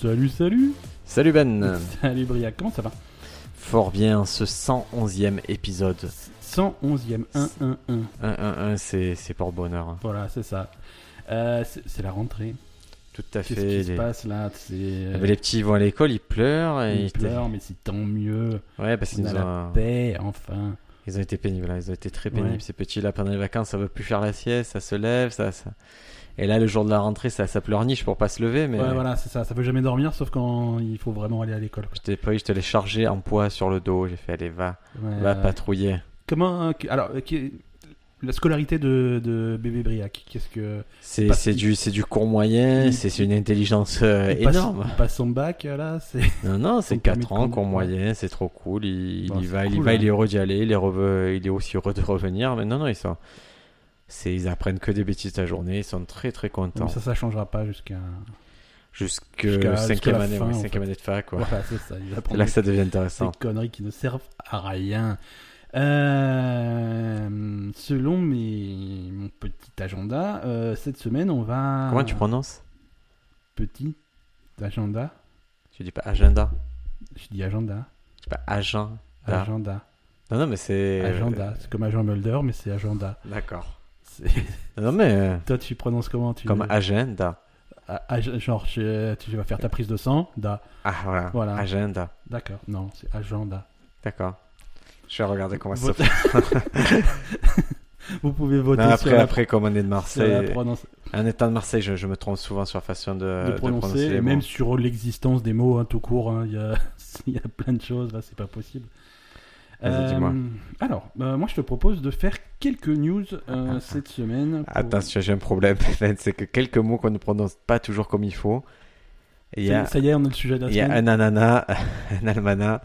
Salut, salut Salut Ben Salut Briac, comment ça va Fort bien, ce 111e épisode. 111e, 1, 1, 1. 1, 1, 1, c'est c'est pour bonheur. hein. Voilà, c'est ça. Euh, c'est c'est la rentrée. Tout à Qu'est-ce fait. qui se les... passe là C'est Ah, mais les petits vont à l'école, ils pleurent. Et ils pleurent, mais c'est tant mieux. Ouais, parce On qu'ils a nous la ont... paix, enfin. ils ont été pénibles. hein, Ils ont été très pénibles. Ouais. Ces petits-là, pendant les vacances, ça veut plus faire la sieste, ça se lève, ça. ça... Et là, le jour de la rentrée, ça, ça pleurniche pour pas se lever. Mais Ouais, voilà, c'est ça. Ça peut jamais dormir, sauf quand il faut vraiment aller à l'école. quoi. je t'ai pris, je te l'ai chargé en poids sur le dos. J'ai fait, allez, va, Ouais, va euh, patrouiller. Comment... euh, que- Alors, euh, qui- la scolarité de, de bébé Briac, qu'est-ce que... C'est parce c'est qu'il- du, c'est du cours moyen, il- c'est c'est une intelligence euh, il passe- énorme. il passe son bac, euh, là c'est... Non, non, c'est Son permis 4 de ans conduire, qu'on ouais. moyen, c'est trop cool. Il, il Bon, y c'est va, il y cool, va, hein. il est heureux d'y aller, il est, reve- il est aussi heureux de revenir. Mais non, non, ils sont. c'est- Ils apprennent que des bêtises de la journée, ils sont très très contents. Mais ça, ça changera pas jusqu'à... Jusque jusqu'à- 5 jusqu'à la année, fin, ouais, en cinquième année de fac. Quoi. Voilà, c'est ça. Ils apprennent Là, ça devient Ces intéressant. conneries qui ne servent à rien. Euh, selon mes, mon petit agenda, euh, cette semaine, on va. Comment tu prononces Petit agenda. Tu dis pas agenda Je dis agenda. Tu dis pas agent Da. Agenda. Non, non, mais c'est. Agenda. C'est comme agent Mulder, mais c'est agenda. D'accord. C'est- Non, mais. euh, Toi, tu prononces comment tu... Comme agenda. Ah, ah, Genre, je- tu vas faire ta prise de sang. Da. Ah, voilà. Voilà. Agenda. D'accord. Non, c'est agenda. D'accord. Je vais regarder comment ça se Vote- fait. Vous pouvez voter Non, sur Après, la- après, comme on est de sur la Marseille. prononce- En étant de Marseille, je, je me trompe souvent sur la façon Euh, de, de prononcer, les et même mots. sur l'existence des mots hein, tout court. hein, Il y, a, il y a plein de choses, là, c'est pas possible. Euh, Vas-y, dis-moi. alors, euh, moi, je te propose de faire quelques news euh, ah. cette semaine. pour- Attention, j'ai un problème, Ben, c'est que quelques mots qu'on ne prononce pas toujours comme il faut. Et Il y a, Ça y est, on a le sujet de la il y a semaine. un ananas, un almanach.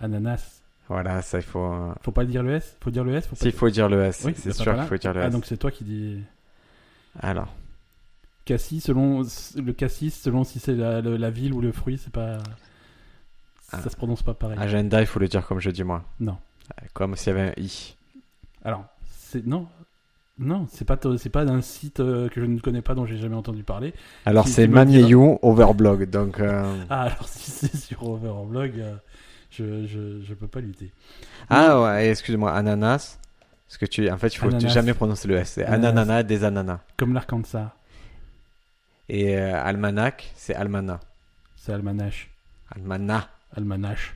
Ananas. Voilà, ça il faut. euh, Faut pas dire le S Faut dire le S faut pas S'il dire- faut dire le S, Oui, c'est bah, sûr voilà. qu'il faut dire le Ah, S. donc c'est toi qui dis Alors, cassis, selon le cassis, selon si c'est la, le- la ville ou le fruit, c'est pas. Ah. Ça se prononce pas pareil. agenda, il faut le dire comme je dis moi. Non. Comme s'il y avait un i. Alors, c'est. Non. Non, c'est pas, c'est pas d'un site euh, que je ne connais pas, dont j'ai jamais entendu parler. Alors Qui- c'est qui me dira- Mamieyu Overblog, donc. euh, Ah, alors si c'est sur Overblog, euh, je, je, je peux pas lutter. Ah ouais, excuse-moi, ananas. Parce que tu, en fait, il faut Ananas. jamais prononcer le S. C'est Ananas. ananas des ananas. Comme l'Arkansas, Et euh, almanach, c'est almanach. c'est Almanach. Almanach. Almanach.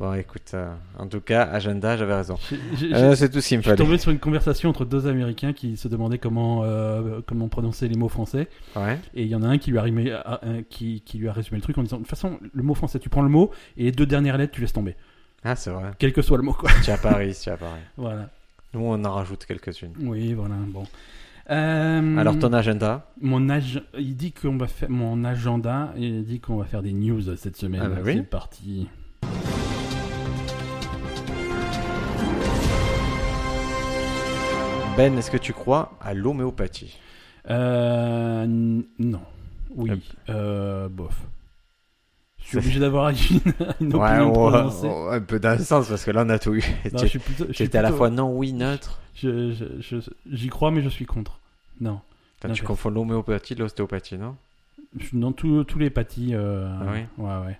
Bon, écoute, euh, en tout cas, agenda, j'avais raison. J'ai- j'ai- j'ai- Euh, c'est tout ce qu'il me Je suis fallait. tombé sur une conversation entre deux Américains qui se demandaient comment, euh, comment prononcer les mots français. Ouais. Et il y en a un qui lui a, rimé- a- un qui, qui lui a résumé le truc en disant De toute façon, le mot français, tu prends le mot et les deux dernières lettres, tu laisses tomber. Ah, c'est vrai. Quel que soit le mot, quoi. Tu es à Paris, tu es à Paris. Voilà. Nous, on en rajoute quelques-unes. Oui, voilà, bon. Euh, Alors, ton agenda Mon ag- il dit qu'on va faire mon agenda et il dit qu'on va faire des news cette semaine. Ah bah oui. C'est parti. Ben, est-ce que tu crois à l'homéopathie Euh, n- non. Oui. Hop. Euh, bof. Je suis C'est- obligé d'avoir une, une opinion ouais, prononcée. ouais, un peu dans le sens, parce que là, on a tout eu. Non, je tu suis plutôt- je tu suis étais à la plutôt- fois non, oui, neutre. je- je- je- J'y crois, mais je suis contre. Non. Attends, Non, tu je- confonds l'homéopathie de l'ostéopathie, non Je suis dans tous tous les pâtis. euh, Ah oui. Ouais, ouais.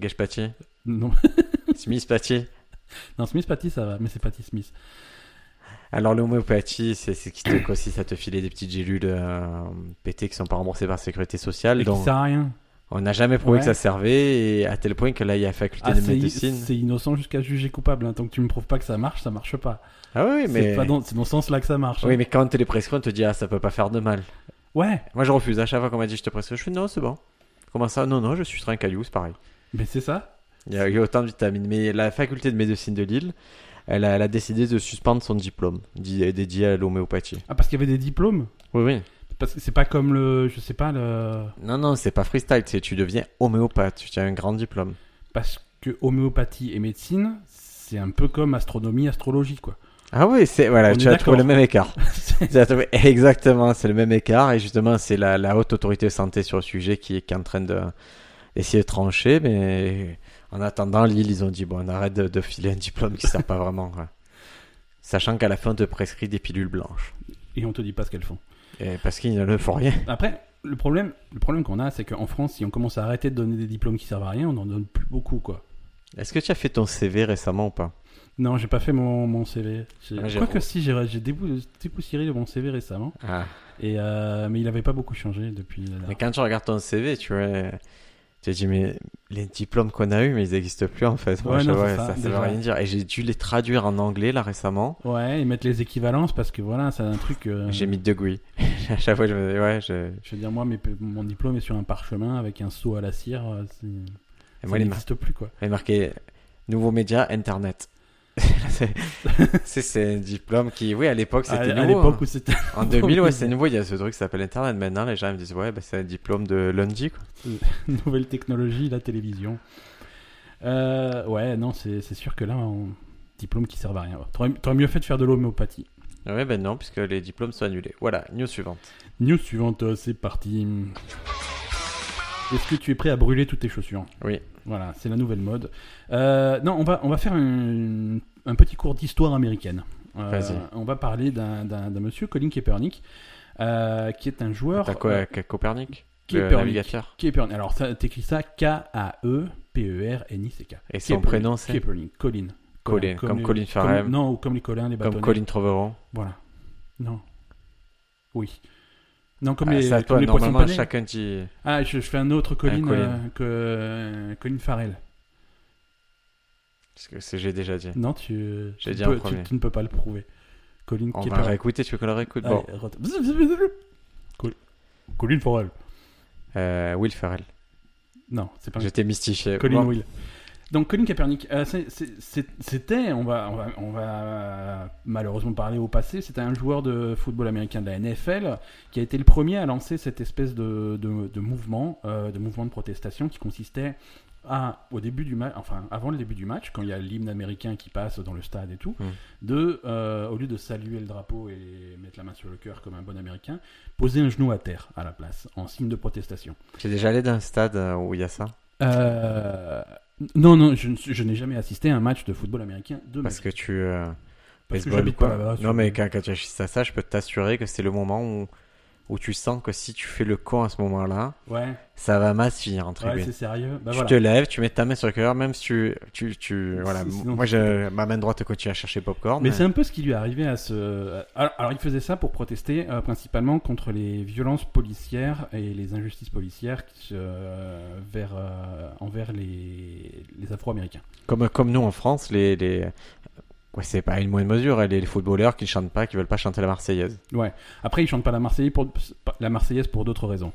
Gage-pâti Non, Smith-pâti non Smith pâtis, ça va, mais c'est pâtis Smith. Alors, l'homéopathie, c'est ce qui te consiste à te filer des petites gélules euh, pétées qui sont pas remboursées par la sécurité sociale. Et qui donc- sert à rien. On n'a jamais prouvé Ouais. que ça servait, et à tel point que là, il y a la faculté Ah, de c'est médecine. c'est innocent jusqu'à juger coupable. hein. Tant que tu me prouves pas que ça marche, ça marche pas. Ah oui, mais... C'est pas dans, c'est dans ce sens-là que ça marche. Oui, hein. mais quand on te les prescrit, on te dit, ah, ça peut pas faire de mal. Ouais, Moi, je refuse. À chaque fois qu'on m'a dit, je te prescris, je fais, non, c'est bon. Comment ça Non, non, je suis un caillou, c'est pareil. mais c'est ça. Il y a eu autant de vitamines. Mais la faculté de médecine de Lille, elle a, elle a décidé de suspendre son diplôme di- dédié à l'homéopathie. Ah, parce qu'il y avait des diplômes Oui, oui. Parce que c'est pas comme le. Je sais pas, le. Non, non, c'est pas freestyle, c'est tu deviens homéopathe, tu as un grand diplôme. Parce que homéopathie et médecine, c'est un peu comme astronomie, astrologie, quoi. Ah oui, c'est voilà, On tu est as trouvé le d'accord. même écart. C'est- Tout à fait. Exactement, c'est le même écart. Et justement, c'est la, la haute autorité de santé sur le sujet qui, qui est en train de- d'essayer de, trancher. Mais en attendant, Lille, ils ont dit bon, on arrête de, de filer un diplôme qui ne sert pas vraiment. quoi. Sachant qu'à la fin, on te prescrit des pilules blanches. et on te dit pas ce qu'elles font. Et parce qu'ils ne le font rien. Après, le problème, le problème qu'on a, c'est qu'en France, si on commence à arrêter de donner des diplômes qui servent à rien, on n'en donne plus beaucoup, quoi. Est-ce que tu as fait ton CV récemment ou pas Non, j'ai pas fait mon, mon CV. J'ai- Ah, j'ai- Quoique si, j'ai j'ai débou- dépoussiéré mon CV récemment, Ah. et, euh, mais il avait pas beaucoup changé depuis. la Mais dernière- quand tu regardes ton CV, tu vois, tu te dis, mais les diplômes qu'on a eus, mais ils n'existent plus en fait. Moi, Ouais, je- non, c'est ça, ouais, ça, ça veut déjà. rien dire. Et j'ai dû les traduire en anglais là récemment. Ouais, ils mettent les équivalences parce que voilà, c'est un truc. euh, J'ai mis degree. à chaque fois, je me dis, ouais, je... Je veux dire, moi, mes- mon diplôme est sur un parchemin avec un seau à la cire. euh, c'est- Et Ça moi, il est mar- n'existe plus, quoi. il est marqué nouveau média, internet. c'est c'est- c'est un diplôme qui, oui, à l'époque, À, c'était à nouveau. l'époque hein. où c'était. En 2000, ouais, c'est nouveau. Il y a ce truc qui s'appelle internet. Maintenant, les gens ils me disent, ouais, bah, c'est un diplôme de lundi. Quoi. nouvelle technologie, la télévision. Euh, ouais, non, c'est c'est sûr que là, on... diplôme qui sert à rien. T'aurais t'aurais mieux fait de faire de l'homéopathie. Ouais, ben non, puisque les diplômes sont annulés. Voilà, news suivante. News suivante, euh, c'est parti. Est-ce que tu es prêt à brûler toutes tes chaussures Oui. Voilà, c'est la nouvelle mode. Euh, non, on va, on va faire un, un petit cours d'histoire américaine. Euh, Vas-y. On va parler d'un- d'un d'un monsieur, Colin Kaepernick, euh, qui est un joueur... T'as quoi, euh, avec Copernic Le Kaepernick. navigateur Kaepernick. Alors, ça, t'écris ça E K-A-E-P-E-R-N-I-C-K. Et son Kaepernick. prénom, c'est Kaepernick, Colin. Colin, comme les- Colin Farrell. comme- non, ou comme les Colins, les comme bâtonnets. Colin Trevorrow. Voilà. Non. Oui. Non, comme Ah, les, c'est à comme toi, les poissons normalement, panés. chacun dit. Ah, je, je fais un autre Colin, Un Colin. euh, que euh, Colin Farrell. Parce que c'est- j'ai déjà dit. Non, tu, J'ai tu dit peux- en tu- premier. tu ne peux pas le prouver. Colin On va Kaepernick. réécouter, tu veux qu'on le réécoute Bon, Allez, retourne. Bzz, bzz, bzz, bzz. Col- Colin Farrell. euh, Will Ferrell. Non, c'est pas J'étais mystifié. Colin Bon, Will. Donc Colin Kaepernick, euh, c'est- c'est- c'est- c'était, on va, on va, on va malheureusement parler au passé, c'était un joueur de football américain de la NFL qui a été le premier à lancer cette espèce de, de- de mouvement, euh, de mouvement de protestation qui consistait à, au début du match, enfin avant le début du match, quand il y a l'hymne américain qui passe dans le stade et tout, Mm. de, euh, au lieu de saluer le drapeau et mettre la main sur le cœur comme un bon américain, poser un genou à terre à la place en signe de protestation. J'ai déjà allé dans un stade euh, où il y a ça. Ah, Euh, non, non, je, ne suis- je n'ai jamais assisté à un match de football américain de Parce ma que tu. euh, Parce que baseball j'habite ou quoi. pas là-bas, Non, sur- mais quand, quand tu assistes à ça, je peux t'assurer que c'est le moment où, où tu sens que si tu fais le con à ce moment-là, vie. Ouais, ça va mal se finir en ouais, tribune. c'est sérieux. Bah, tu voilà. te lèves, tu mets ta main sur le cœur, même si tu. tu, tu voilà. Si- sinon- Moi, je, ma main droite continue à chercher popcorn. Mais c'est un peu ce qui lui est arrivé à ce. euh, Alors, alors, il faisait ça pour protester euh, principalement contre les violences policières et les injustices policières qui, euh, vers, euh, envers les, les Afro-Américains. Comme, comme nous en France, les. les... Ouais, c'est pas une moindre mesure, hein, les, les footballeurs qui chantent pas, qui veulent pas chanter la Marseillaise. Après, il chante pas la Marseillaise pour la Marseillaise pour d'autres raisons.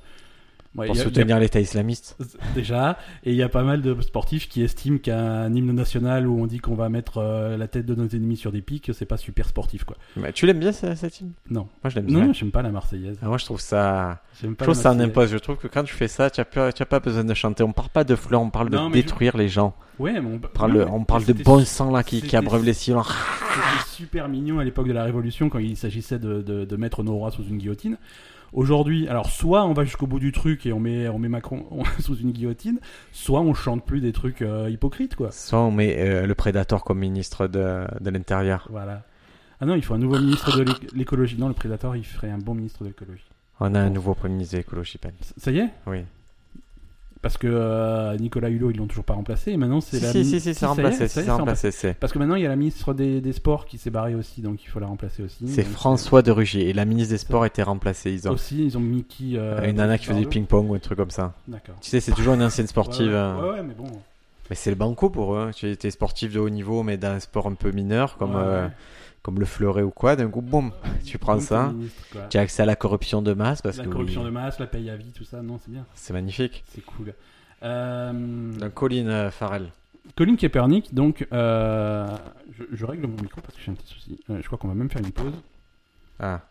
Ouais, il Bah, Pour y a- il y a soutenir l'État islamiste. euh, Mais tu l'aimes bien, ce- cette team Non. Moi, je l'aime Non, bien. non, j'aime pas la Marseillaise. Ah, moi, je trouve ça. J'aime pas Je trouve la ça en Marseillaise. impose. Je trouve que quand tu fais ça, tu n'as pas, tu as pas besoin de chanter. On parle pas de fleurs, on parle Non, de mais je- détruire les gens. Ouais, mais on, On parle, de- non, mais on parle de c'était- bon sang là qui, qui c'était- abreuve les sillons. C'était super mignon à l'époque de la Révolution quand il s'agissait de, de- de mettre nos rois sous une guillotine. Aujourd'hui, alors soit on va jusqu'au bout du truc et on met, on met Macron sous une guillotine, soit on chante plus des trucs euh, hypocrites, quoi. Soit on met euh, le prédateur comme ministre de, de l'Intérieur. Voilà. Ah non, il faut un nouveau ministre de l'éc- l'écologie. Non, le prédateur, il ferait un bon ministre de l'écologie. On a un nouveau premier ministre écologique. Ben. Ça- Ça y est Oui. Parce que euh, Nicolas Hulot, ils l'ont toujours pas remplacé. Et maintenant, c'est Si, la. si, mi- si, si, ça y c'est est, ça y remplacé. est, C'est c'est remplacé. remplacé. C'est Parce que maintenant, il y a la ministre des, des Sports qui s'est barrée aussi, donc il faut la remplacer aussi. c'est Donc, François de Rugy. Et la ministre des Sports était remplacée. Ils euh, ont Aussi, ils ont mis qui euh, une nana qui faisait du Barlow. ping-pong ou un truc comme ça. D'accord. Tu sais, c'est toujours une ancienne sportive. Ouais, hein. ouais, ouais, mais bon. Mais c'est le banco pour eux. hein. Tu étais sportif de haut niveau, mais d'un sport un peu mineur, comme, Ouais, euh, ouais. comme le fleuret ou quoi. D'un coup, boum, tu prends Donc, ça. le ministre, quoi. Tu as accès à la corruption de masse parce La que corruption oui, de masse, la paye à vie, tout ça. Non, c'est bien. c'est magnifique. C'est cool. Euh, Donc Colin euh, Farrell. Colin Kaepernick, donc, euh, je, je règle mon micro parce que j'ai un petit souci. Euh, je crois qu'on va même faire une pause. Ah,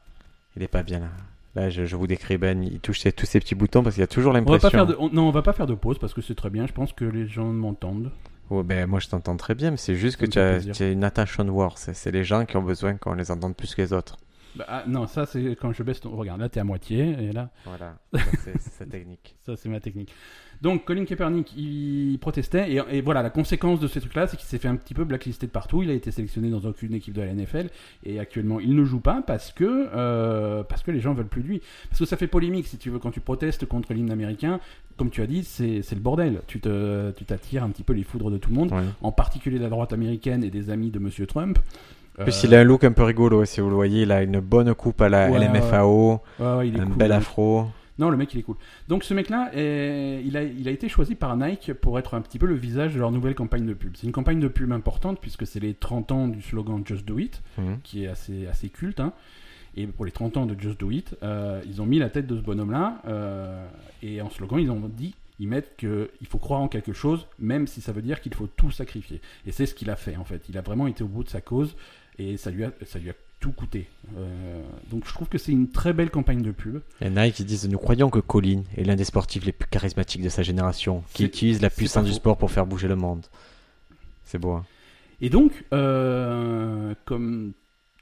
il est pas bien là. Là, je, je vous décris Ben, il touche ses- tous ces petits boutons parce qu'il a toujours On va l'impression. pas faire de, on- non, on va pas faire de pause parce que c'est très bien. Je pense que les gens m'entendent. Oh, ben, moi, je t'entends très bien, mais c'est juste Ça que me tu fait as, plaisir. tu as une attention war. C'est c'est les gens qui ont besoin qu'on les entende plus que les autres. Bah, ah, non, ça c'est quand je baisse ton. Regarde, là t'es à moitié et là. Voilà, Ça, c'est c'est sa technique. Ça, c'est ma technique. Donc, Colin Kaepernick, il protestait. Et, et voilà, la conséquence de ces trucs-là, c'est qu'il s'est fait un petit peu blacklisté de partout. Il a été sélectionné dans aucune équipe de la NFL. Et actuellement, il ne joue pas parce que, euh, parce que les gens veulent plus de lui. Parce que ça fait polémique, si tu veux, quand tu protestes contre l'hymne américain. Comme tu as dit, c'est c'est le bordel. Tu te- tu t'attires un petit peu les foudres de tout le monde, Ouais. en particulier de la droite américaine et des amis de Monsieur Trump. En plus, il a un look un peu rigolo, si vous le voyez. Il a une bonne coupe à la Ouais, LMFAO, Ouais, ouais, il est un cool, bel hein. afro. Non, le mec, il est cool. Donc, ce mec-là, eh, il, a, il a été choisi par Nike pour être un petit peu le visage de leur nouvelle campagne de pub. C'est une campagne de pub importante puisque c'est les 30 ans du slogan Just Do It, Mhm. qui est assez, assez culte. hein. Et pour les 30 ans de Just Do It, euh, ils ont mis la tête de ce bonhomme-là. euh, et en slogan, ils ont dit, ils mettent qu'il faut croire en quelque chose, même si ça veut dire qu'il faut tout sacrifier. Et c'est ce qu'il a fait, en fait. Il a vraiment été au bout de sa cause et ça lui a, ça lui a tout coûté. Euh, donc, je trouve que c'est une très belle campagne de pub. Et Nike, ils disent Nous croyons que Colin est l'un des sportifs les plus charismatiques de sa génération, qui C'est- utilise la c'est puissance pas du faux. sport pour faire bouger le monde. C'est beau. hein. Et donc, euh, comme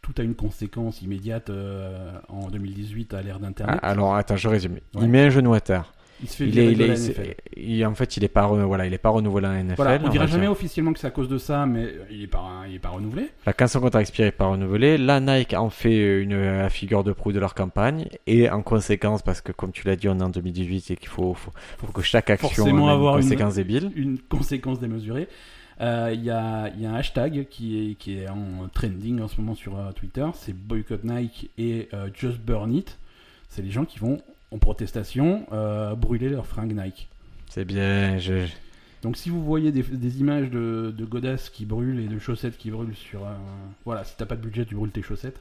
tout a une conséquence immédiate euh, en 2018 à l'ère Ah, d'Internet, alors, attends, je résume. Ouais. Il met un genou à terre. il se fait Il virer est, de il la est- NFL. il- en fait, il est pas, re- voilà, il est pas renouvelé en NFL. Voilà, on va dira dire. jamais officiellement que c'est à cause de ça, mais il est pas, il est pas renouvelé. Là, quand son contrat expire, il est pas renouvelé. Là, Nike en fait euh, une, la figure de proue de leur campagne. Et en conséquence, parce que comme tu l'as dit, on est en 2018 et qu'il faut, faut, faut que chaque action ait Forcément avoir une une- conséquence débile. Une conséquence démesurée. Euh, Il y, a, il y a un hashtag qui est, qui est en trending en ce moment sur euh, Twitter, c'est Boycott Nike et euh, Just Burn It. C'est les gens qui vont en protestation euh, brûler leurs fringues Nike. C'est bien. Je... Donc si vous voyez des, des images de, de godasses qui brûlent et de chaussettes qui brûlent sur... un- voilà, si t'as pas de budget, tu brûles tes chaussettes.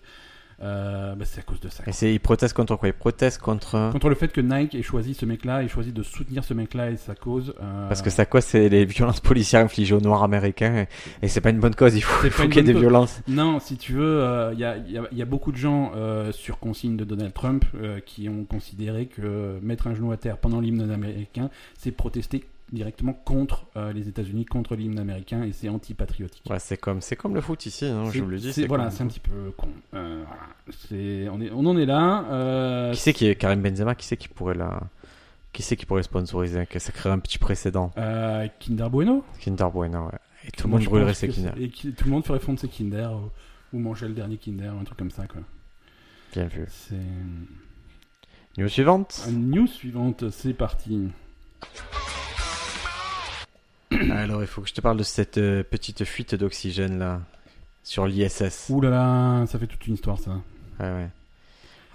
Euh, bah, c'est à cause de ça. Et c'est, ils protestent contre quoi Ils protestent contre. Contre le fait que Nike ait choisi ce mec-là, ait choisi de soutenir ce mec-là et sa cause. euh, Parce que ça, quoi, c'est les violences policières infligées aux Noirs américains. Et, et c'est pas une bonne cause. Il faut, C'est faut pas une qu'il y bonne ait des cause. violences. Non, si tu veux, il y, a, y a beaucoup de gens euh, sur consigne de Donald Trump euh, qui ont considéré que mettre un genou à terre pendant l'hymne américain, c'est protester directement contre euh, les États-Unis, contre l'hymne américain et c'est antipatriotique. Ouais, c'est comme, c'est comme le foot ici. hein, je C'est- vous le dis. c'est- c'est voilà, comme- c'est un petit peu con. Euh, voilà. C'est- on, est, on en est là. euh, Qui c'est qui est Karim Benzema Qui c'est qui pourrait la. Qui c'est qui pourrait sponsoriser Que ça crée un petit précédent. euh, Kinder Bueno. Kinder Bueno, ouais. Et tout le Moi, monde je brûlerait pense ses que Kinder. c'est- Et qui- tout le monde ferait fondre ses Kinder ou, ou manger le dernier Kinder, un truc comme ça. quoi. Bien vu. C'est News suivante. Euh, news suivante. C'est parti. Ah, Alors, il faut que je te parle de cette euh, petite fuite d'oxygène là. Sur l'ISS. Ouh là là, ça fait toute une histoire ça. Ouais, ouais.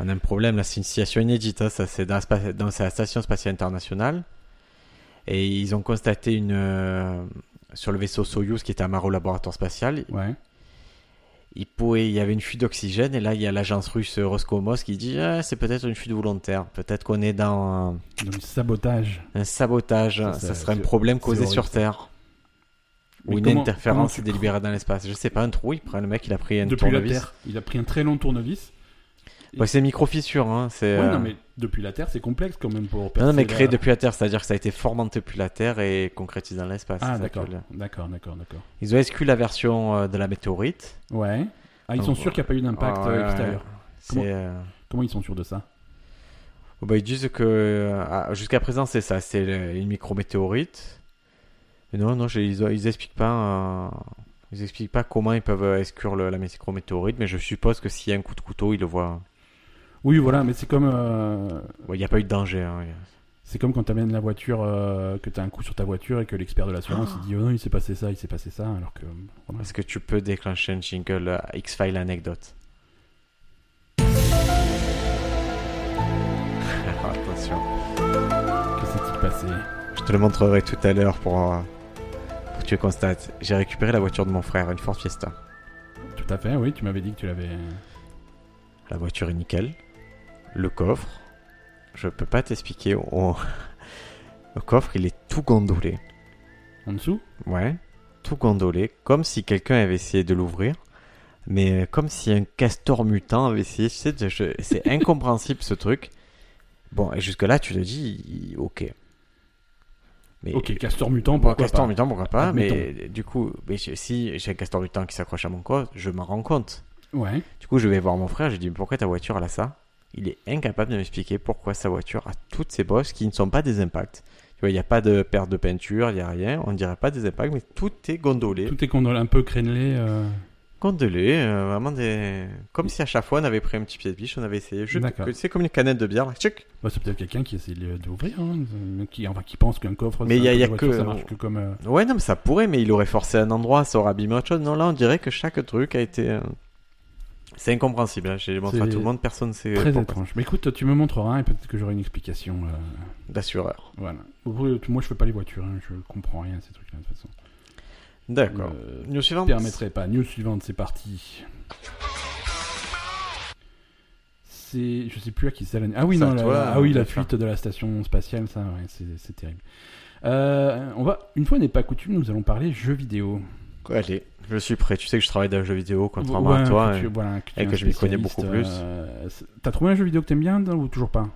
On a un problème là, c'est une situation inédite. hein, Ça, c'est dans, la spa- dans- c'est la station spatiale internationale. Et ils ont constaté une. euh, sur le vaisseau Soyuz qui était amarré au laboratoire spatial, Ouais. il, pourrait- il y avait une fuite d'oxygène et là il y a l'agence russe Roscosmos qui dit Ah, c'est peut-être une fuite volontaire, peut-être qu'on est dans un, Donc sabotage. un sabotage, Ça, ça, c'est- serait un c'est- problème c'est causé horrible, sur Terre. Mais Ou une comment- interférence comment tu- délibérée dans l'espace. Je sais pas, un trou, il prend le mec, il a pris un Depuis la tournevis. Terre, il a pris un très long tournevis. Bon, c'est micro-fissure, hein. C'est, Ouais, euh, non mais depuis la Terre, c'est complexe quand même pour. Non, non, mais percer la- créé depuis la Terre, c'est-à-dire que ça a été formanté depuis la Terre et concrétisé dans l'espace. Ah C'est ça d'accord, que le- d'accord, d'accord, d'accord. Ils ont exclu la version euh, de la météorite. Ouais. Ah ils Donc, sont sûrs qu'il n'y a pas eu d'impact Ah, Oh, ouais, euh, extérieur. ouais. C'est, Comment- euh, Comment ils sont sûrs de ça oh, bah, ils disent que euh, ah, jusqu'à présent, c'est ça, c'est le- une micrométéorite. Mais Non, non, j'ai- ils, ils expliquent pas. euh, Ils expliquent pas comment ils peuvent euh, exclure le- la micrométéorite, mais je suppose que s'il y a un coup de couteau, ils le voient. Oui, voilà, mais c'est comme euh, Bon, Il n'y a pas eu de danger. hein. c'est comme quand t'amènes la voiture, euh, que t'as un coup sur ta voiture et que l'expert de l'assurance Ah. il dit oh non il s'est passé ça, il s'est passé ça, alors que oh, voilà. Est-ce que tu peux déclencher un jingle euh, X-File anecdote Attention. que s'est-il passé Je te le montrerai tout à l'heure pour, euh, pour que tu constates. J'ai récupéré la voiture de mon frère, une Ford Fiesta. Tout à fait, oui, tu m'avais dit que tu l'avais. La voiture est nickel. Le coffre, je peux pas t'expliquer. on- Le coffre, il est tout gondolé. En dessous Ouais, tout gondolé, comme si quelqu'un avait essayé de l'ouvrir, mais euh, comme si un castor mutant avait essayé. Tu sais, de- je- c'est incompréhensible ce truc. Bon, et jusque-là, tu te dis, il- ok. Mais, Ok, castor mutant, bon, pourquoi castor pas mutant, pourquoi pas, Admettons. mais euh, du coup, mais je- si j'ai un castor mutant qui s'accroche à mon corps, je m'en rends compte. Ouais. Du coup, je vais voir mon frère, je lui dis pourquoi ta voiture elle a ça Il est incapable de m'expliquer pourquoi sa voiture a toutes ces bosses qui ne sont pas des impacts. Tu vois, il n'y a pas de perte de peinture, il n'y a rien, on dirait pas des impacts, mais tout est gondolé. Tout est condol- un peu crénelé. euh, Gondolé, euh, vraiment des. Comme si à chaque fois on avait pris un petit pied de biche, on avait essayé. Je- D'accord. C'est comme une canette de bière, là. Tchic bah, c'est peut-être quelqu'un qui essaie de- d'ouvrir, hein, euh, qui, enfin, qui pense qu'un coffre, Mais c'est un y a- peu y a de voiture, que- ça marche que comme. euh, Ouais, non, mais ça pourrait, mais il aurait forcé un endroit, ça aurait abîmé autre chose. Non, là, on dirait que chaque truc a été. euh, C'est incompréhensible. hein. J'ai montré à C'est tout le monde, personne ne sait euh, Très pourquoi. étrange. Mais écoute, tu me montreras et peut-être que j'aurai une explication. euh, D'assureur. voilà. Moi, je fais pas les voitures, hein, je comprends rien à ces trucs-là de toute façon. D'accord. Euh, News suivante. permettrait pas. News suivante, c'est parti. C'est, je sais plus à qui c'est la... Ah oui, C'est non, à la, toi, ah oui, euh, la de fuite de la station spatiale, ça, ouais, c'est, c'est terrible. Euh, on va, une fois n'est pas coutume, nous allons parler jeux vidéo. Allez, je suis prêt. Tu sais que je travaille dans le jeu vidéo, contrairement Ouais, à toi. que tu- hein. voilà, que tu et es que un je m'y connais beaucoup spécialiste, euh, c'est- t'as trouvé un jeu vidéo que t'aimes bien non, ou toujours pas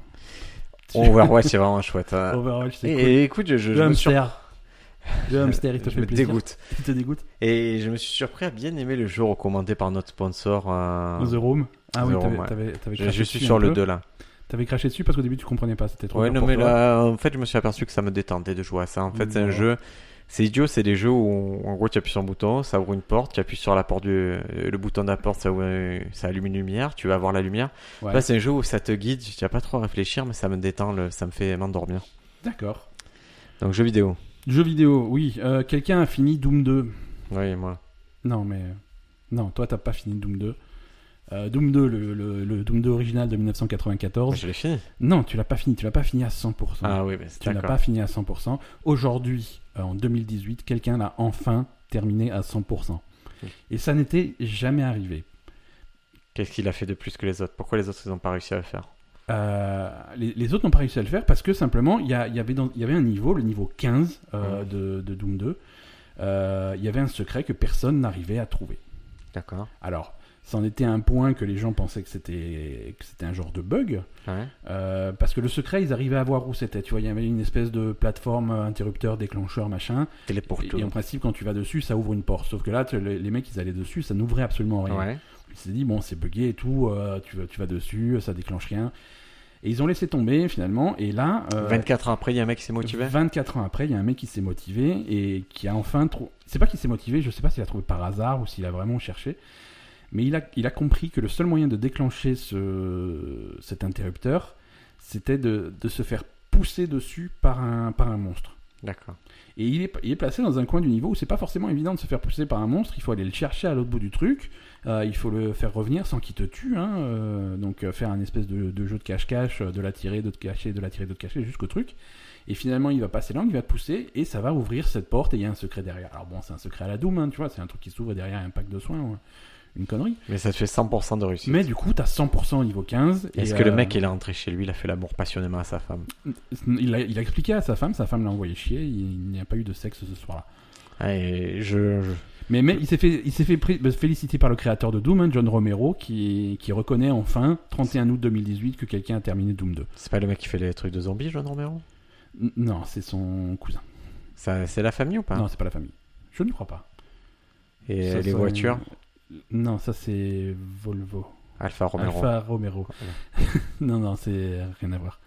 Overwatch, Oh, c'est vraiment chouette. hein. Overwatch, c'est et, cool. et écoute, je, je, je Le me, sur- hamster. Le hamster, il te je fait me plaisir. dégoûte. Il te dégoûte. Et je me suis surpris à bien aimer le jeu recommandé par notre sponsor. euh, The Room. Ah The oui, Room, t'avais, ouais. t'avais- t'avais Je, craché je suis dessus sur un le peu. 2 là. T'avais craché dessus parce qu'au début tu comprenais pas, c'était trop Ouais, dur non, pour mais toi. là, en fait, je me suis aperçu que ça me détendait de jouer à ça. En fait, c'est un Ouais. jeu. C'est idiot, c'est des jeux où, en gros, tu appuies sur un bouton, ça ouvre une porte, tu appuies sur la porte du, euh, le bouton de la porte, ça, ouvre- euh, ça allume une lumière, tu vas voir la lumière. Ouais. Là, c'est un jeu où ça te guide, tu n'as pas trop à réfléchir, mais ça me détend, le- ça me fait m'endormir. D'accord. Donc, jeu vidéo. Jeux vidéo, oui. Euh, Quelqu'un a fini Doom 2. Oui, moi. Non, mais. Non, toi, t'as pas fini Doom 2. Euh, Doom 2, le, le- le Doom 2 original de 1994. Bah, Je l'ai fini. Non, tu l'as pas fini. Tu l'as pas fini à 100%. Ah oui, mais c'est tu n'as d'accord. pas fini à 100%. Aujourd'hui, euh, en 2018, quelqu'un l'a enfin terminé à 100%. Et ça n'était jamais arrivé. Qu'est-ce qu'il a fait de plus que les autres Pourquoi les autres, ils n'ont pas réussi à le faire Euh, les, les autres n'ont pas réussi à le faire parce que simplement, il y, a- il y avait dans- il y avait un niveau, le niveau 15 euh, de, de Doom 2, euh, il y avait un secret que personne n'arrivait à trouver. D'accord. Alors, c'en était un point que les gens pensaient que c'était que c'était un genre de bug, Ouais. euh, parce que le secret, ils arrivaient à voir où c'était. Tu vois, il y avait une espèce de plateforme euh, interrupteur, déclencheur, machin. Télé pour Et, et en tout. principe, quand tu vas dessus, ça ouvre une porte. Sauf que là, tu- les, les mecs, ils allaient dessus, ça n'ouvrait absolument rien. Ouais. Il s'est dit, bon, c'est bugué et tout, euh, tu, vas- tu vas dessus, ça déclenche rien. Et ils ont laissé tomber finalement, et là, euh, 24 ans après, il y a un mec qui s'est motivé 24 ans après, il y a un mec qui s'est motivé et qui a enfin trouvé. C'est pas qu'il s'est motivé, je sais pas s'il a trouvé par hasard ou s'il a vraiment cherché, mais il a, il a compris que le seul moyen de déclencher ce, cet interrupteur, c'était de, de se faire pousser dessus par un, par un monstre. D'accord. Et il est, il est placé dans un coin du niveau où c'est pas forcément évident de se faire pousser par un monstre. Il faut aller le chercher à l'autre bout du truc. Euh, il faut le faire revenir sans qu'il te tue. hein, euh, donc euh, faire un espèce de, de jeu de cache-cache, euh, de l'attirer, de te cacher, de l'attirer, de te cacher jusqu'au truc. Et finalement, il va passer là, il va te pousser et ça va ouvrir cette porte. Et il y a un secret derrière. Alors bon, c'est un secret à la Doom, hein, tu vois. C'est un truc qui s'ouvre derrière un pack de soins, ou une connerie. Mais ça te fait 100% de réussite. Mais du coup, t'as 100% au niveau 15. et, Est-ce que le euh, mec, il est rentré chez lui, il a fait l'amour passionnément à sa femme il a, il a expliqué à sa femme, sa femme l'a envoyé chier. Il n'y a pas eu de sexe ce soir-là. Ah, et je, je- Mais, mais il s'est fait, il s'est fait pré- bah, féliciter par le créateur de Doom, hein, John Romero, qui, qui reconnaît enfin, 31 août 2018, que quelqu'un a terminé Doom 2. C'est pas le mec qui fait les trucs de zombies, John Romero N- non, c'est son cousin. Ça, C'est la famille ou pas Non, c'est pas la famille. Je ne crois pas. Et Ça, les ça- euh, voitures Non, ça c'est Volvo. Alpha Romero. Alfa Romero. non, non, c'est rien à voir.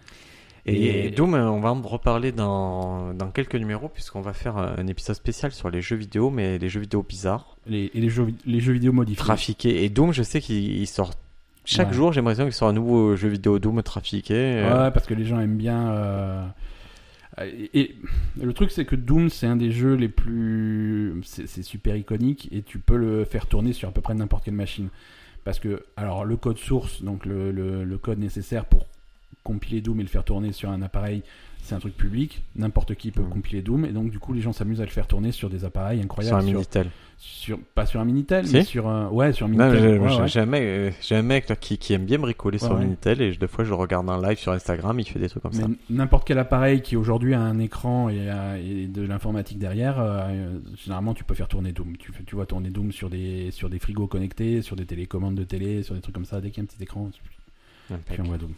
Et, Et- Doom, euh, on va en reparler dans, dans quelques numéros, puisqu'on va faire un épisode spécial sur les jeux vidéo, mais les jeux vidéo bizarres, Les, et les jeux, vid- les jeux vidéo modifiés. trafiqués. Et Doom, je sais qu'il il sort. Chaque Ouais. jour, j'ai l'impression qu'il sort un nouveau jeu vidéo Doom trafiqué. euh, Ouais, parce que les gens aiment bien. euh, Et, et le truc, c'est que Doom, c'est un des jeux les plus. C'est c'est super iconique et tu peux le faire tourner sur à peu près n'importe quelle machine. Parce que, alors, le code source, donc le, le- le code nécessaire pour compiler Doom et le faire tourner sur un appareil, c'est un truc public. N'importe qui peut Mhm. compiler Doom et donc, du coup, les gens s'amusent à le faire tourner sur des appareils Sur un incroyables. Sur Minitel. sur- pas sur un Minitel, Si. mais sur un. Ouais, sur un Non, Minitel. j'ai Ouais, j'ai- ouais. j'ai un mec, euh, j'ai un mec là, qui, qui aime bien bricoler Ouais, son ouais. Minitel et je- des fois je le regarde en live sur Instagram, il fait des trucs comme Mais ça. n- n'importe quel appareil qui aujourd'hui a un écran et, a- et de l'informatique derrière, euh, généralement tu peux faire tourner Doom. Tu, fais- tu vois tourner Doom sur des, sur des frigos connectés, sur des télécommandes de télé, sur des trucs comme ça. Dès qu'il y a un petit écran, tu, tu Impec. envoies Doom.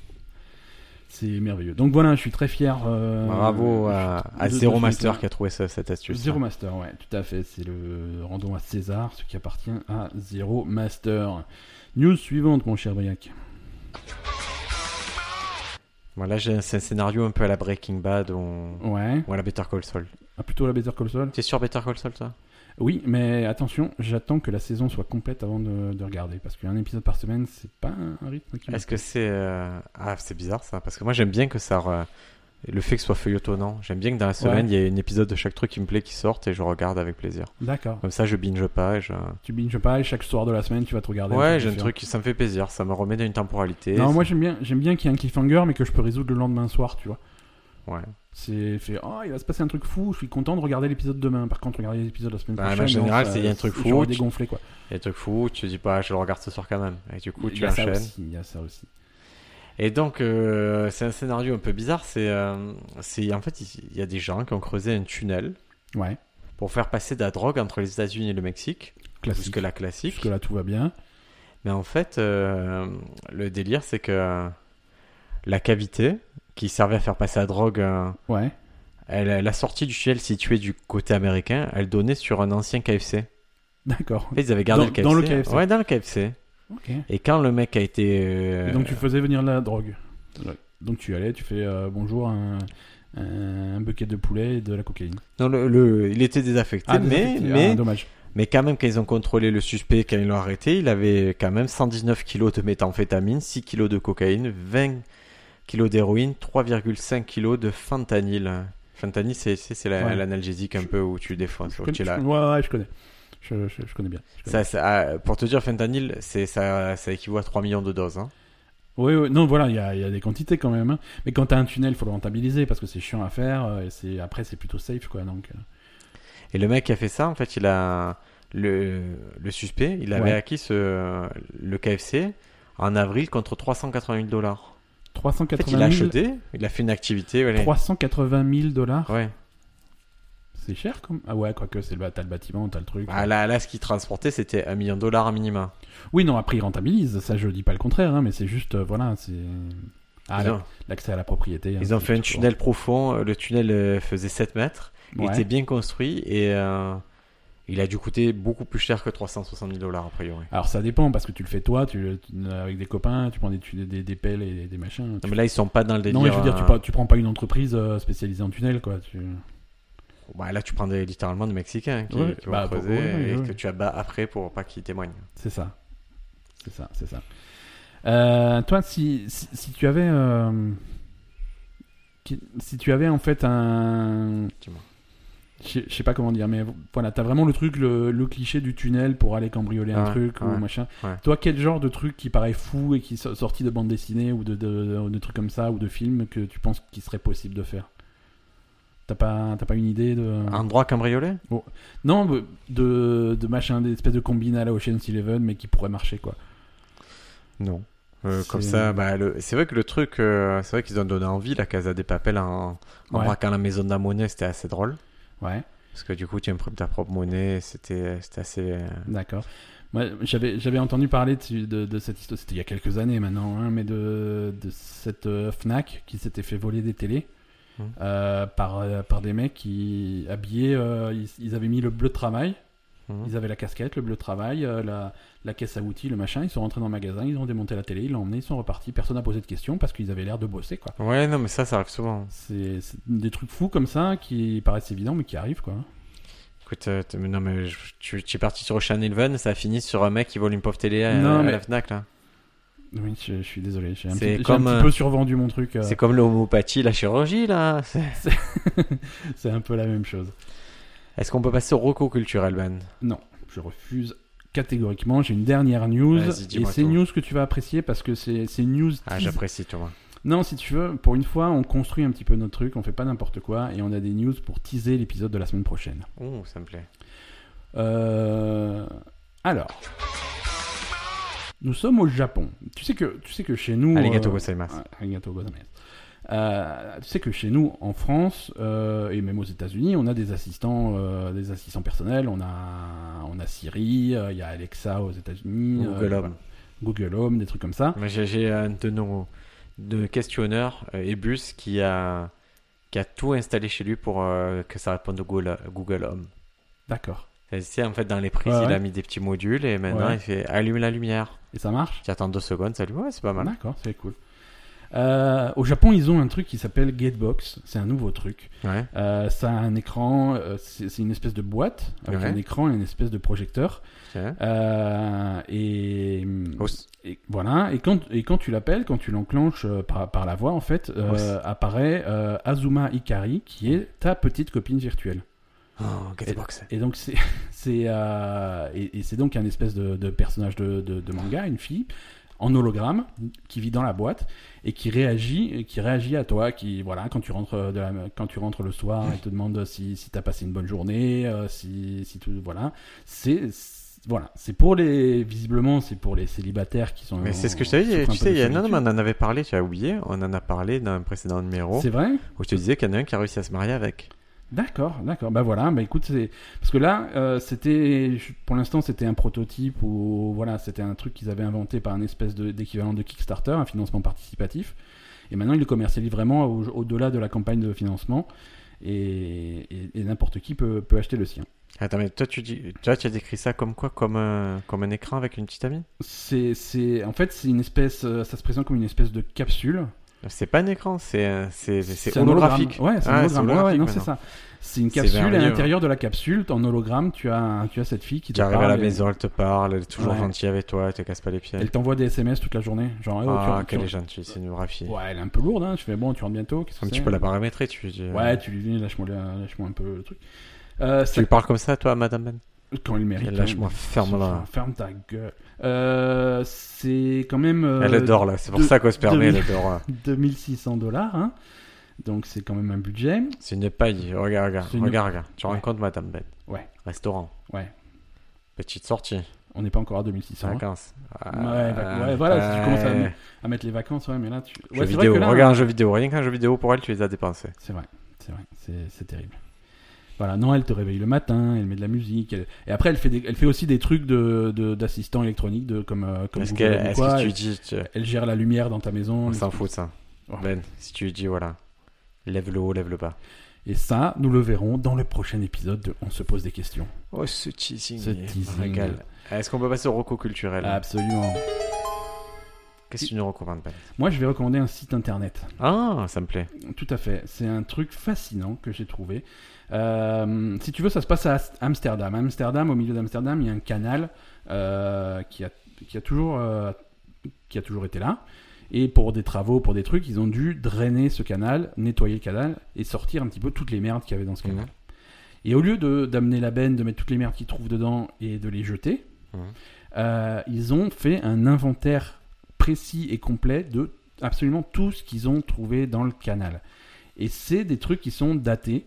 C'est merveilleux. Donc voilà, je suis très fier. euh, Bravo je suis- à, à de- de Zero ce Master film. qui a trouvé ça, cette astuce. Zero Master, ouais, tout à fait. C'est le rendons à César, ce qui appartient à Zero Master. News suivante, mon cher Briac. Voilà, j'ai un, c'est un scénario un peu à la Breaking Bad ou, Ouais. ou à la Better Call Saul. Ah, plutôt la Better Call Saul. T'es sur Better Call Saul, toi Oui, mais attention, j'attends que la saison soit complète avant de, de regarder, parce qu'un épisode par semaine, c'est pas un rythme qui. me- Est-ce que c'est. euh, Ah, c'est bizarre ça, parce que moi j'aime bien que ça. re- Le fait que ce soit feuilletonnant, j'aime bien que dans la semaine il y ait un épisode de chaque truc qui me plaît qui sorte et je regarde avec plaisir. D'accord. Comme ça, je binge pas. Et je... Tu binges pas et chaque soir de la semaine, tu vas te regarder. Ouais, j'ai j'ai un truc qui ça me fait plaisir, ça me remet dans une temporalité. Non, moi j'aime bien, j'aime bien qu'il y ait un cliffhanger, mais que je peux résoudre le lendemain soir, tu vois. Ouais. C'est fait, oh, il va se passer un truc fou, je suis content de regarder l'épisode demain. Par contre, regarder l'épisode la semaine Bah, prochaine. en général, non, ça- c'est il y a un truc fou, j'aurais tu- dégonflé, quoi. Il y a des trucs fous, tu te dis pas, ah, je le regarde ce soir quand même. Et du coup, Il tu y a ça enchaînes. aussi, Il y a ça aussi. Et donc, euh, c'est un scénario un peu bizarre. C'est, euh, c'est en fait, il il y a des gens qui ont creusé un tunnel Ouais, pour faire passer de la drogue entre les États-Unis et le Mexique. classique. Jusque la classique. Jusque là, tout va bien. Mais en fait, euh, le délire, c'est que euh, la cavité qui servait à faire passer la drogue, euh, Ouais. elle, la sortie du tunnel située du côté américain, elle donnait sur un ancien KFC. D'accord. En fait, ils avaient gardé Dans- le KFC. dans le KFC. Ouais, dans le KFC. Ok. Et quand le mec a été. euh, Et donc tu faisais venir la drogue. Donc tu allais, tu fais euh, bonjour un, un bucket de poulet et de la cocaïne. non, le, le- il était désaffecté, mais, désaffecté. mais Ah, dommage. Mais quand même, quand ils ont contrôlé le suspect, quand ils l'ont arrêté, il avait quand même 119 kilos de méthamphétamine, 6 kilos de cocaïne, 20 kilos d'héroïne, 3,5 kilos de fentanyl. Fentanyl, c'est c'est- c'est la- Ouais. l'analgésique un Je- peu où tu défonces. Je où connais, tu la- je- ouais, ouais, je connais. Je, je- je connais bien. Je connais. Ça, ça- ah, pour te dire, fentanyl, c'est- ça, ça équivaut à 3 millions de doses. hein. Oui, oui. Non, voilà, il y a, il y a des quantités quand même. hein. Mais quand t'as un tunnel, faut le rentabiliser parce que c'est chiant à faire. euh, Et c'est après, c'est plutôt safe, quoi. Donc, euh, Et le mec qui a fait ça, en fait, il a le, le suspect, il avait Ouais. acquis ce, le KFC en avril contre 380 000 dollars. euh, En fait, 380 il 000, a acheté, il a fait une activité. voilà. 380 000 dollars. Ouais. C'est cher, comme. Ah ouais, quoique c'est le, ba- t'as le bâtiment, t'as le truc. Bah, là, là, ce qu'ils transportaient, c'était un million de dollars à minima. Oui, non, après, il rentabilise. Ça, je dis pas le contraire, hein, mais c'est juste, euh, voilà, c'est. Ah, ils, là, ont, l'accès à la propriété. hein, ils ont c'est fait un toujours- tunnel profond. euh, Le tunnel euh, faisait 7 mètres. Il Ouais. était bien construit et euh, il a dû coûter beaucoup plus cher que 360 000 dollars, a priori. Alors ça dépend parce que tu le fais toi, tu, tu- avec des copains, tu prends des, tu- des, des pelles et des machins. Tu- Non, mais là, ils sont pas dans le délire. non mais je veux dire, tu, euh, pas- tu prends pas une entreprise euh, spécialisée en tunnel quoi. Tu... bah, là, tu prends des- littéralement des Mexicains qui, Ouais, qui vont bah, creuser pour- ouais, ouais, et ouais. que tu abats après pour pas qu'ils témoignent. C'est ça, c'est ça, c'est ça. Euh, toi, si, si, si tu avais, euh, qui- si tu avais en fait un, Dis-moi. je sais- je sais pas comment dire, mais voilà, t'as vraiment le truc, le, le cliché du tunnel pour aller cambrioler un Ouais, truc ouais, ou machin. ouais. Toi, quel genre de truc qui paraît fou et qui est sorti de bande dessinée ou de, de, de trucs comme ça ou de films que tu penses qu'il serait possible de faire T'as pas, t'as pas une idée de. Un droit cambriolé Non, de, de, de machin, d'espèce de combine à la Ocean's Eleven, mais qui pourrait marcher quoi. Non. Euh, C'est- comme ça, bah, le- c'est vrai que le truc, euh, c'est vrai qu'ils ont donné envie, la Casa des Papels, en, en Ouais. braquant la maison de la monnaie, c'était assez drôle. Ouais, Parce que du coup, tu imprimes ta propre monnaie, c'était c'était assez. euh, d'accord. Moi, j'avais, j'avais entendu parler de, de, de cette histoire, c'était il y a quelques années maintenant, hein, mais de, de cette euh, Fnac qui s'était fait voler des télés Mhm. euh, par, euh, par des mecs qui habillaient, euh, ils, ils avaient mis le bleu de travail, Mhm. ils avaient la casquette, le bleu de travail, euh, la, la caisse à outils, le machin, ils sont rentrés dans le magasin, ils ont démonté la télé, ils l'ont emmené, ils sont repartis, personne n'a posé de questions parce qu'ils avaient l'air de bosser quoi. Ouais, non, mais ça, ça arrive souvent. C'est, c'est des trucs fous comme ça qui paraissent évidents mais qui arrivent quoi. Écoute, euh, t'es- mais non, mais je- tu, tu es parti sur Ocean Eleven, ça finit sur un mec qui vole une pauvre télé à, Non, à mais- la Fnac, là. Oui, je, je suis désolé, j'ai un, C'est petit, j'ai un comme, petit euh, peu survendu mon truc. euh, C'est comme l'homopathie, la chirurgie, là. C'est- c'est un peu la même chose. Est-ce qu'on peut passer au roco culturel, Ben je refuse catégoriquement. J'ai une dernière news. Vas-y, Et dis-moi c'est tout. une news que tu vas apprécier parce que c'est c'est une news. Ah, tease- j'apprécie, tu vois. non, si tu veux, pour une fois, on construit un petit peu notre truc, on fait pas n'importe quoi et on a des news pour teaser l'épisode de la semaine prochaine. Ouh, ça me plaît. Euh, Alors. Nous sommes au Japon. Tu sais que, tu sais que chez nous. Allez, gâteau euh, gozaimasu. Ouais, arigato gozaimasu. Euh, tu sais que chez nous, en France euh, et même aux États-Unis, on a des assistants, euh, des assistants personnels. On a, on a Siri, euh, il y a Alexa aux États-Unis, euh, Google Home. voilà. Google Home, des trucs comme ça. Moi, j'ai- J'ai un de nos, de questionneur euh, Ebus qui a, qui a tout installé chez lui pour euh, que ça réponde au Google, Google Home. D'accord. Et C'est en fait dans les prises, Ouais, il ouais. a mis des petits modules et maintenant Ouais. il fait allume la lumière. Et ça marche Tu attends deux secondes, ça lui ouais, c'est pas mal. D'accord, c'est cool. Euh, au Japon, ils ont un truc qui s'appelle Gatebox. C'est un nouveau truc. Ouais. Euh, ça a un écran, euh, c'est c'est une espèce de boîte avec Ouais. un écran et une espèce de projecteur. Tiens. Euh, et, Oh, c'est- et voilà. Et quand, et quand tu l'appelles, quand tu l'enclenches euh, par, par la voix, en fait, euh, Ouais. apparaît euh, Azuma Ikari, qui est ta petite copine virtuelle. Oh, Gatebox. Et donc c'est c'est euh, et, et c'est donc un espèce de, de personnage de, de- de manga, une fille en hologramme qui vit dans la boîte et qui réagit et qui réagit à toi qui voilà quand tu rentres euh, de la, quand tu rentres le soir elle te demande si si t'as passé une bonne journée euh, si si tout voilà c'est c'est- voilà c'est pour les visiblement c'est pour les célibataires qui sont Mais c'est ce que je souffrent t'avais un dit, peu Oh. tu sais, de il y a, non, non, solitude. mais on en avait parlé, tu as oublié, on en a parlé dans un précédent numéro c'est vrai où je te disais qu'il y en a un qui a réussi à se marier avec. D'accord, d'accord. Bah voilà, bah écoute, c'est parce que là, euh, c'était je- pour l'instant c'était un prototype ou voilà, c'était un truc qu'ils avaient inventé par un espèce de- d'équivalent de Kickstarter, un financement participatif. Et maintenant, ils le commercialisent vraiment au- au-delà de la campagne de financement et, et- et n'importe qui peut, peut acheter le sien. Attends, mais toi tu, dis, toi, tu as décrit ça comme quoi comme un, comme un écran avec une petite amie C'est, c'est, en fait, c'est une espèce, euh, ça se présente comme une espèce de capsule C'est pas un écran, c'est un- c'est- c'est- c'est un holographique. hologramme. Ouais, c'est un Ah, hologramme. Ouais, ouais, non, c'est maintenant. ça. C'est une C'est capsule et à merveilleux. hein. l'intérieur de la capsule, en hologramme, tu as, tu as cette fille qui te Tu arrives à parle la et- maison, elle te parle, elle est toujours Ouais. gentille avec toi, elle te casse pas les pieds. Elle t'envoie des SMS toute la journée. Genre, eh, oh, tu- Ah, tu- qu'elle est gentille, c'est une vraie fille. Ouais, elle est un peu lourde, hein. Je fais bon, tu rentres bientôt. qu'est-ce que Comme tu c'est peux la paramétrer, tu lui dis. euh, Ouais, tu lui dis, lâche-moi le- lâche-moi un peu le truc. Euh, Tu ça- lui parles comme ça, toi, madame Ben Quand il mérite. Lâche-moi, hein. ferme-la. Ferme ta gueule. Euh, c'est quand même. euh, Elle adore là, c'est pour de- ça qu'on se permet, elle de- adore. hein. là. 2600 dollars, hein. Donc c'est quand même un budget. C'est une paille, regarde, regarde, C'est une- regarde, regarde. Tu Ouais. rencontres Madame Ben. Ouais. Restaurant. Ouais. Petite sortie, Euh, On n'est pas encore à 2600. hein. vacances. Ouais, vac- ouais, voilà, si tu commences à me- À mettre les vacances, ouais, mais là, tu. Jeux Ouais, c'est vrai vidéo, que là, regarde un jeu vidéo, rien qu'un jeu vidéo pour elle, tu les as dépensés. C'est vrai, c'est vrai, c'est c'est terrible. Voilà, non, elle te réveille le matin, elle met de la musique, elle- et après elle fait, des- elle fait aussi des trucs de de- d'assistant électronique, de comme euh, comme Est-ce Google que, ou est-ce quoi, que tu elle, dis, tu- elle gère la lumière dans ta maison, on les- s'en fout de ça. Ouais. Ben, si tu lui dis, voilà, lève le haut, lève le bas. et ça, nous le verrons dans le prochain épisode. de On se pose des questions. Oh, ce teasing. Ce teasing. Ah, Régal. Est-ce qu'on peut passer au roco culturel Absolument. Qu'est-ce que tu nous recommandes, Ben Moi, je vais recommander un site internet. Ah, ça me plaît. Tout à fait, c'est un truc fascinant que j'ai trouvé. Euh, si tu veux, ça se passe à Ast- Amsterdam. À Amsterdam, au milieu d'Amsterdam, il y a un canal euh, qui, a, qui, a toujours, euh, qui a toujours été là. Et pour des travaux, pour des trucs, ils ont dû drainer ce canal, nettoyer le canal et sortir un petit peu toutes les merdes qu'il y avait dans ce Mhm. canal. Et au lieu de- d'amener la benne, de mettre toutes les merdes qu'ils trouvent dedans et de les jeter, Mhm. euh, ils ont fait un inventaire précis et complet de absolument tout ce qu'ils ont trouvé dans le canal. Et c'est des trucs qui sont datés.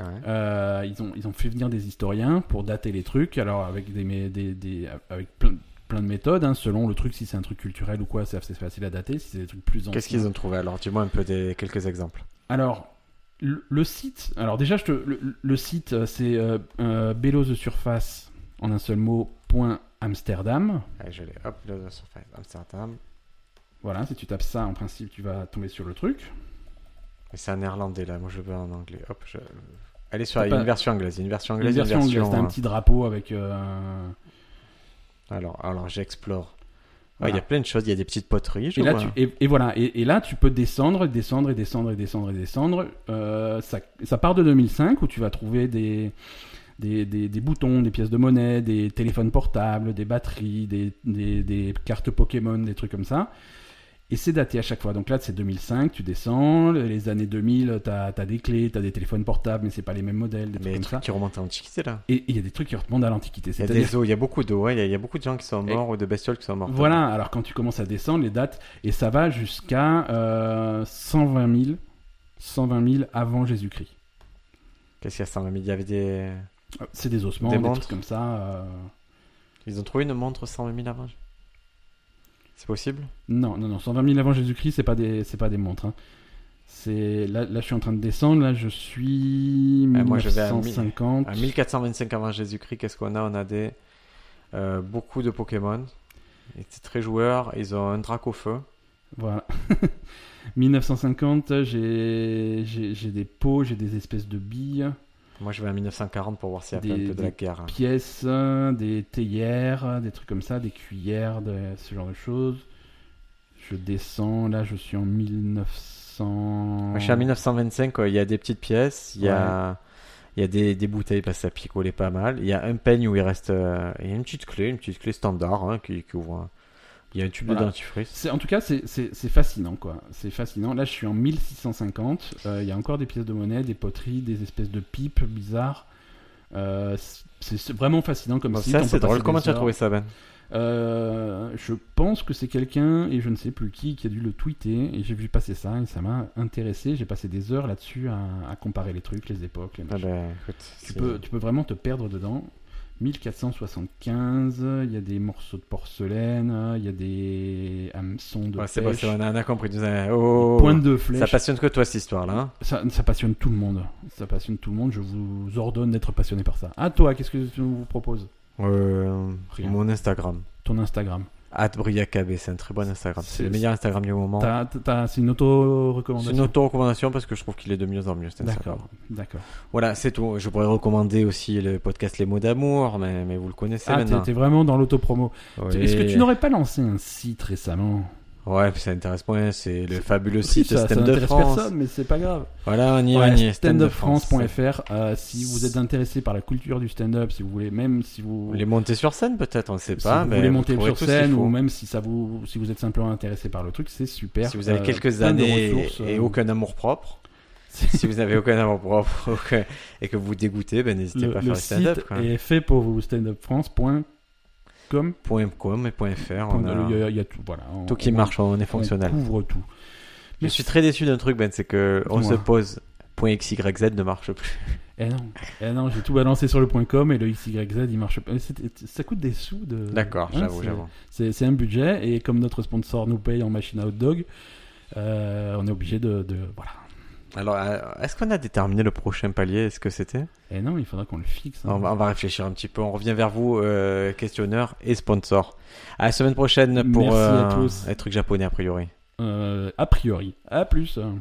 Ouais. Euh, ils, ont, ils ont fait venir des historiens pour dater les trucs, alors avec, des, mé- des, des- avec plein, plein de méthodes, hein, selon le truc, si c'est un truc culturel ou quoi, c'est assez facile à dater, si c'est des trucs plus anciens. Qu'est-ce qu'ils ont trouvé alors Dis-moi un peu des, quelques exemples. Alors, le, le site, alors déjà, je te, le, le site, euh, c'est euh, euh, Below the Surface, en un seul mot, point Amsterdam. Allez, je l'ai. Hop, là, sur Face- Amsterdam. Voilà, si tu tapes ça, en principe, tu vas tomber sur le truc. Mais c'est un néerlandais là, moi je le veux en anglais. Hop, je. Allez sur T'as il y a pas- une version anglaise, une version La anglaise, version hein. anglaise, c'est un euh, petit drapeau avec... euh, Alors, alors j'explore. Ouais, Il Voilà. y a plein de choses, il y a des petites poteries. Je Et là, vois. tu, et, et voilà, et, et là, tu peux descendre, descendre, et descendre, et descendre, et descendre. Euh, ça, ça part de 2005 où tu vas trouver des, des, des- des boutons, des pièces de monnaie, des téléphones portables, des batteries, des, des- des cartes Pokémon, des trucs comme ça. Et c'est daté à chaque fois. Donc là, c'est 2005, tu descends. Les années 2000, t'as as des clés, t'as des téléphones portables, mais c'est pas les mêmes modèles, des Mais trucs des comme ça. trucs qui remontent à l'Antiquité là. Et et il y a des trucs qui remontent à l'Antiquité. Il y a C'est-à-dire des eaux, il y a beaucoup d'eau, ouais, il y, a- il y a beaucoup de gens qui sont Et- morts ou de bestioles qui sont mortes. Voilà, alors quand tu commences à descendre, les dates, et ça va jusqu'à euh, 120 000, 120 000 avant Jésus-Christ. Qu'est-ce qu'il y a 120 000 Il y avait des. Euh, C'est des ossements, Des des, montres. trucs comme ça. euh, Ils ont trouvé une montre 120 000 avant C'est possible Non, non, non, 120 000 avant Jésus-Christ, c'est pas des, c'est pas des montres. hein. C'est là, là, je suis en train de descendre. Là, je suis Ah, moi, je vais à 1950. À 1425 avant Jésus-Christ, qu'est-ce qu'on a On a des. euh, beaucoup de Pokémon. Ils étaient très joueurs, ils ont un drac au feu. Voilà. 1950, j'ai j'ai- j'ai des pots, j'ai des espèces de billes, Moi, je vais à 1940 pour voir s'il y a Des- pas un peu de la des- guerre. pièces, euh, des théières, euh, des trucs comme ça, des cuillères, de- ce genre de choses. Je descends, là je suis en 1900. Moi, je suis à 1925, quoi. il y a des petites pièces, il y a, il y a des, des bouteilles parce que ça picolait pas mal. Il y a un peigne où il reste. euh, il y a une petite clé, une petite clé standard hein, qui, qui ouvre. un- Il y a un tube de Voilà. dentifrice. C'est- En tout cas, c'est- c'est c'est fascinant, quoi. C'est fascinant. Là, je suis en 1650. Euh, Il y a encore des pièces de monnaie, des poteries, des espèces de pipes bizarres. Euh, c'est- c'est vraiment fascinant comme Bon, site. ça, On peut c'est drôle. passer Comment des tu as heures. trouvé ça, Ben Euh, Je pense que c'est quelqu'un, et je ne sais plus qui, qui a dû le tweeter. Et j'ai vu passer ça, et ça m'a intéressé. J'ai passé des heures là-dessus à, à comparer les trucs, les époques, les Ah machins. ben, écoute, c'est- Tu peux, tu peux vraiment te perdre dedans. 1475, il y a des morceaux de porcelaine, il y a des hameçons de Ouais, c'est bon, pêche, c'est bon, on a- on a compris. tu disais, des oh, pointes de flèche. Ça passionne que toi, cette histoire-là. hein. Ça, ça passionne tout le monde. Ça passionne tout le monde. Je vous ordonne d'être passionné par ça. À toi, qu'est-ce que tu vous proposes Euh, Rien. mon Instagram. Ton Instagram. Briacabé, c'est un très bon Instagram. C'est C'est- le meilleur Instagram du moment. T'as- t'as- C'est une auto-recommandation. C'est une auto-recommandation parce que je trouve qu'il est de mieux en mieux. cet Instagram. D'accord, d'accord. Voilà, c'est tout. Je pourrais recommander aussi le podcast Les mots d'amour, mais, mais vous le connaissez Ah, t'es maintenant. t'es vraiment dans l'autopromo. Oui. Est-ce que tu n'aurais pas lancé un site récemment Ouais, puis ça intéresse moins. C'est le fabuleux Si, site ça, ça Stand de n'intéresse France. personne, mais c'est pas grave. Voilà, on y est, Ouais, on y est. standupfrance.fr. euh, si vous êtes intéressé par la culture du stand-up, si vous voulez, même si vous, Vous les monter sur scène peut-être, on ne sait si pas. vous mais voulez vous monter trouverez sur tout ce qu'il scène faut. ou même si ça vous, si vous êtes simplement intéressé par le truc, c'est super. Si vous avez Euh, quelques plein de années ressources, et, et euh, aucun amour propre, c'est- si vous n'avez aucun amour propre aucun- et que vous vous dégoûtez, ben, n'hésitez le, pas à le faire le stand-up. hein. site quoi. est fait pour vous standupfrance.com Point .com et point .fr, on a il y a, il y a tout voilà euh, on- tout qui on- marche, on est on fonctionnel. couvre tout Je suis très déçu d'un truc, Ben, c'est que on se Dis-moi. pose point .xyz ne marche plus. eh non eh non j'ai tout balancé sur le point .com et le xyz il marche pas C'est- ça coûte des sous de D'accord, hein, j'avoue, c'est- j'avoue. c'est c'est un budget et comme notre sponsor nous paye en machine à hot dog euh, on est obligé de, de voilà Alors, euh, est-ce qu'on a déterminé le prochain palier Est-ce que c'était eh non il faudra qu'on le fixe hein. on, va- on va réfléchir un petit peu. On revient vers vous, euh, questionneurs et sponsors. À la semaine prochaine pour Merci à euh, tous. les trucs japonais a priori. Euh, a priori à plus hein.